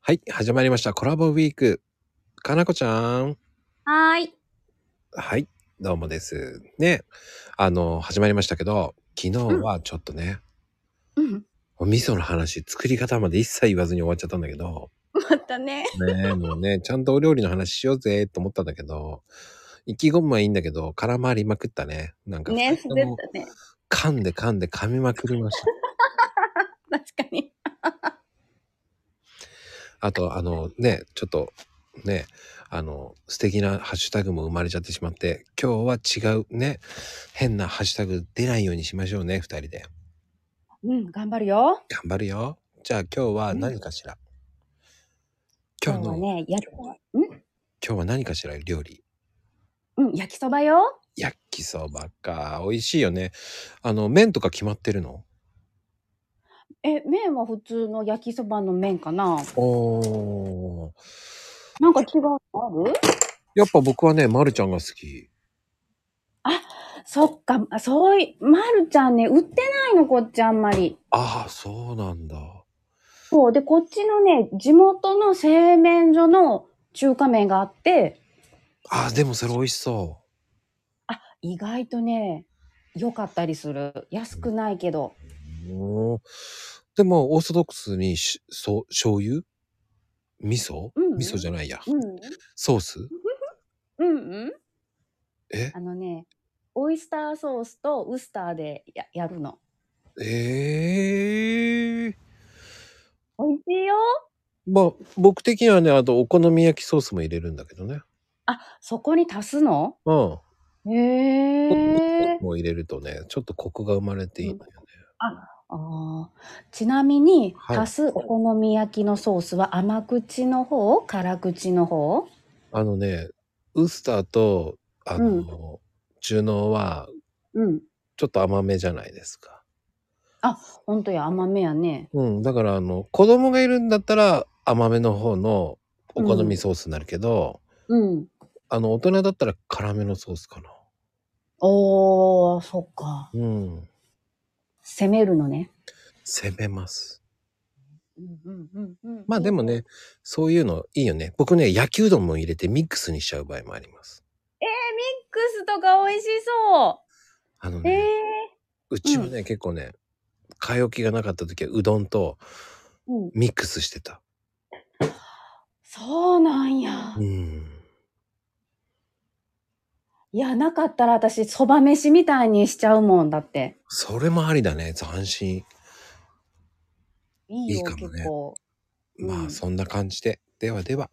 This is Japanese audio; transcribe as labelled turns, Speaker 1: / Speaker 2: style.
Speaker 1: はい、始まりました。コラボウィーク。かなこちゃん。
Speaker 2: はーい。
Speaker 1: はい、どうもです。ね、あの、始まりましたけど、昨日はちょっとね、
Speaker 2: うん。
Speaker 1: お味噌の話、作り方まで一切言わずに終わっちゃったんだけど、
Speaker 2: またね。
Speaker 1: ね、もうね、ちゃんとお料理の話しようぜと思ったんだけど、意気込むはいいんだけど、空回りまくったね。なんか、
Speaker 2: ね、
Speaker 1: 二人
Speaker 2: 滑
Speaker 1: と
Speaker 2: っ
Speaker 1: も
Speaker 2: たね。
Speaker 1: 噛んで噛んで噛みまくりました。
Speaker 2: 確かに。
Speaker 1: あと、あのね、ちょっとね、あの、素敵なハッシュタグも生まれちゃってしまって、今日は違うね、変なハッシュタグ出ないようにしましょうね、二人で。
Speaker 2: うん、頑張るよ。
Speaker 1: 頑張るよ。じゃあ今日は何かしら。今日
Speaker 2: 今日
Speaker 1: の、
Speaker 2: はね、や
Speaker 1: 今日は何かしら料理。
Speaker 2: うん、焼きそばよ。
Speaker 1: 焼きそばか。美味しいよね。あの、麺とか決まってるの
Speaker 2: え、麺は普通の焼きそばの麺かな
Speaker 1: おー。
Speaker 2: なんか違うのある
Speaker 1: やっぱ僕はね、まるちゃんが好き。
Speaker 2: そっか、あそうい、まるちゃんね、売ってないの、こっちあんまり。
Speaker 1: ああ、そうなんだ。
Speaker 2: そう、で、こっちのね、地元の製麺所の中華麺があって、
Speaker 1: ああ、でもそれ美味しそう。
Speaker 2: 意外とね、良かったりする。安くないけど。
Speaker 1: おーでもオーソドックスにしそう醤油味噌、
Speaker 2: うん
Speaker 1: 味噌じゃないや
Speaker 2: うん。
Speaker 1: ソース
Speaker 2: うんうん。
Speaker 1: え
Speaker 2: あのね、オイスターソースとウスターでややるの。
Speaker 1: えー、
Speaker 2: 美味しいよ。
Speaker 1: まあ僕的にはねあとお好み焼きソースも入れるんだけどね
Speaker 2: あ、そこに足すの
Speaker 1: うん、
Speaker 2: へえ。
Speaker 1: もう入れるとねちょっとコクが生まれていいんだよね、
Speaker 2: あーちなみに、
Speaker 1: はい
Speaker 2: 足すお好み焼きのソースは甘口の方辛口の方
Speaker 1: あのねウスターとあの、
Speaker 2: うん
Speaker 1: 中濃は
Speaker 2: うん。
Speaker 1: ちょっと甘めじゃないですか
Speaker 2: ほんとや、甘めやね。
Speaker 1: うんだからあの子供がいるんだったら甘めの方のお好みソースになるけど、
Speaker 2: うん。
Speaker 1: あの、大人だったら辛めのソースかな。
Speaker 2: おー、そっか。
Speaker 1: うん。
Speaker 2: 攻めるのね。
Speaker 1: 攻めます。
Speaker 2: うんうんうんうん
Speaker 1: まあでも。ね、そういうのいいよね。僕ね、焼きうどんも入れてミックスにしちゃう場合もあります。
Speaker 2: ミックスとか美味しそ
Speaker 1: あの
Speaker 2: う。え
Speaker 1: ね、うちはね、結構ね、買い置きがなかった時はうどんと
Speaker 2: ー。うん。
Speaker 1: ミックスしてた。
Speaker 2: そうなんや。
Speaker 1: うん。
Speaker 2: いや、なかったら私、そば飯みたいにしちゃうもんだって。
Speaker 1: それもありだね、斬新。
Speaker 2: いいよ、
Speaker 1: いいかもね
Speaker 2: 結構。うん
Speaker 1: まあ、そんな感じで。ではでは、